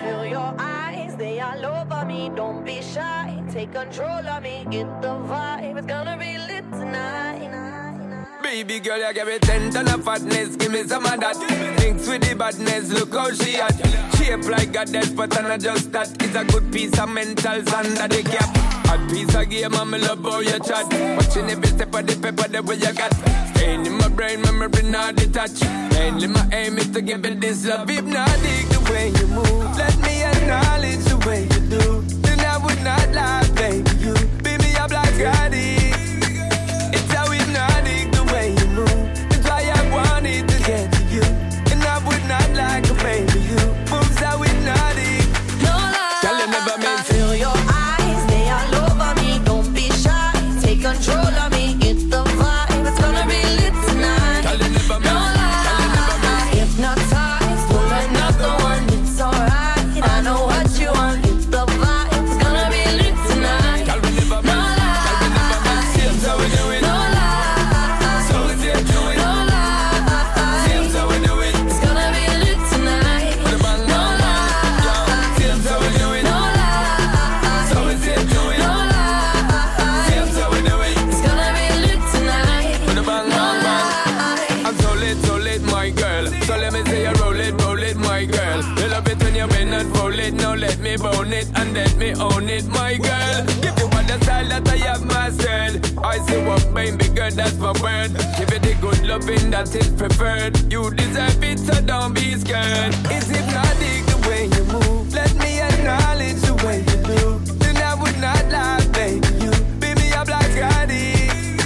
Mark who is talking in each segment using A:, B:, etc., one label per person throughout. A: your eyes, they all over me. Don't be shy, take control of me. Get the vibe, it's gonna be lit tonight.
B: Baby girl, you give me ten ton of fatness, give me some of that. Thinks with the badness, look how she at. Shape like a death, but I'm not just that. It's a good piece of mentals under the cap. Hot piece of game, I'm love how you chat. Watching every step of the paper, the way you got. Staying in my brain, memory not detached. Mainly my aim is to give it this love. If not, dig the way you move. Let me acknowledge the way you do. Then I would not lie, baby. You beat me up like I did. It's how hypnotic the way you move. That's why I wanted to get to you. And I would not like a baby you. Moves how hypnotic.
A: No lie.
B: Tell them never meant
A: I feel your eyes, they all over me. Don't be shy, take control of me. Get the vibe, it's gonna be lit tonight.
B: Tell them never
A: No
B: meant- tell them never
A: lie, I hypnotized. Pull another one, it's alright. I know what you want. Get the vibe, it's gonna be lit tonight.
B: Tell them never
A: No
B: meant- tell them never meant. See us how we do it.
A: No lie,
B: So we still do it.
A: no lie.
B: See us how we do it.
A: It's gonna be lit tonight.
B: Put them on
A: No
B: lock, lock.
A: lie,
B: See us how we do it.
A: no lie.
B: So we still do it.
A: No lie,
B: See us how we do it.
A: it's gonna be lit tonight.
B: Put them on
A: No
B: lock, lock.
A: lie,
B: I'm so lit, so lit, my girl. So let me see you roll it, roll it, my girl. You love it when you bend and roll it. Now let me bone it and let me own it, my girl. Give you all the style that I have mastered. I see what baby girl, that's my word. Give it the good loving that is preferred. You deserve it, so don't be scared. It's hypnotic the way you move. Let me acknowledge the way you do. Then I would not lie, baby. You beat me up like I did.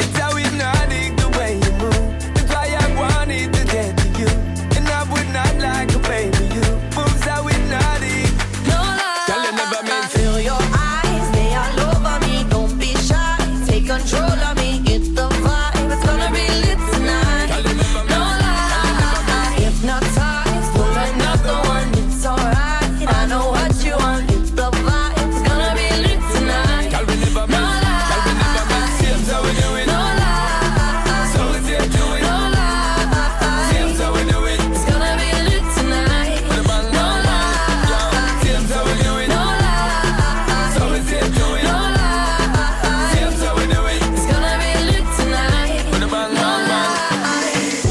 B: It's how hypnotic the way you move. That's why I wanted to get to you. And I would not like a baby you. Moves how hypnotic.
A: no lie.
B: Tell them never meant
A: I feel your eyes, they all over me. Don't be shy, take control of me. Get the vibe, it's gonna be lit tonight.
B: Tell them never
A: No
B: meant-
A: lie, hypnotized. Pull another one, it's alright. I know what you want. Get the vibe, it's gonna be lit tonight.
B: Tell me never
A: No
B: meant- tell me never meant- See us how we do it.
A: No lie,
B: So we still do it.
A: no lie.
B: See us how we do it.
A: It's gonna be lit tonight.
B: Put 'em on
A: No
B: lock, lock, lock.
A: lie,
B: See us how we do it.
A: no lie,
B: So we still do it.
A: no lie.
B: See us how we do it.
A: It's gonna be lit tonight.
B: Put 'em on lock, lock.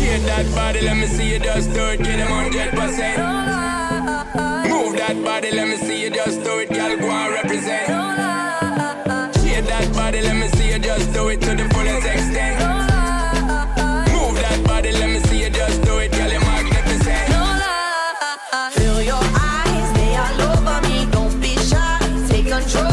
B: Get that body, let me see you just do it. Get 'em 100%.
A: No lie,
B: Move that body, let me see you just do it, girl. Go and represent.
A: no lie,
B: Shake that body, let me see you just do it to the fullest extent.
A: no lie.
B: Move that body, let me see you just do it, girl. You're magnificent.
A: No lie. Feel your eyes, they all over me. Don't be shy, take control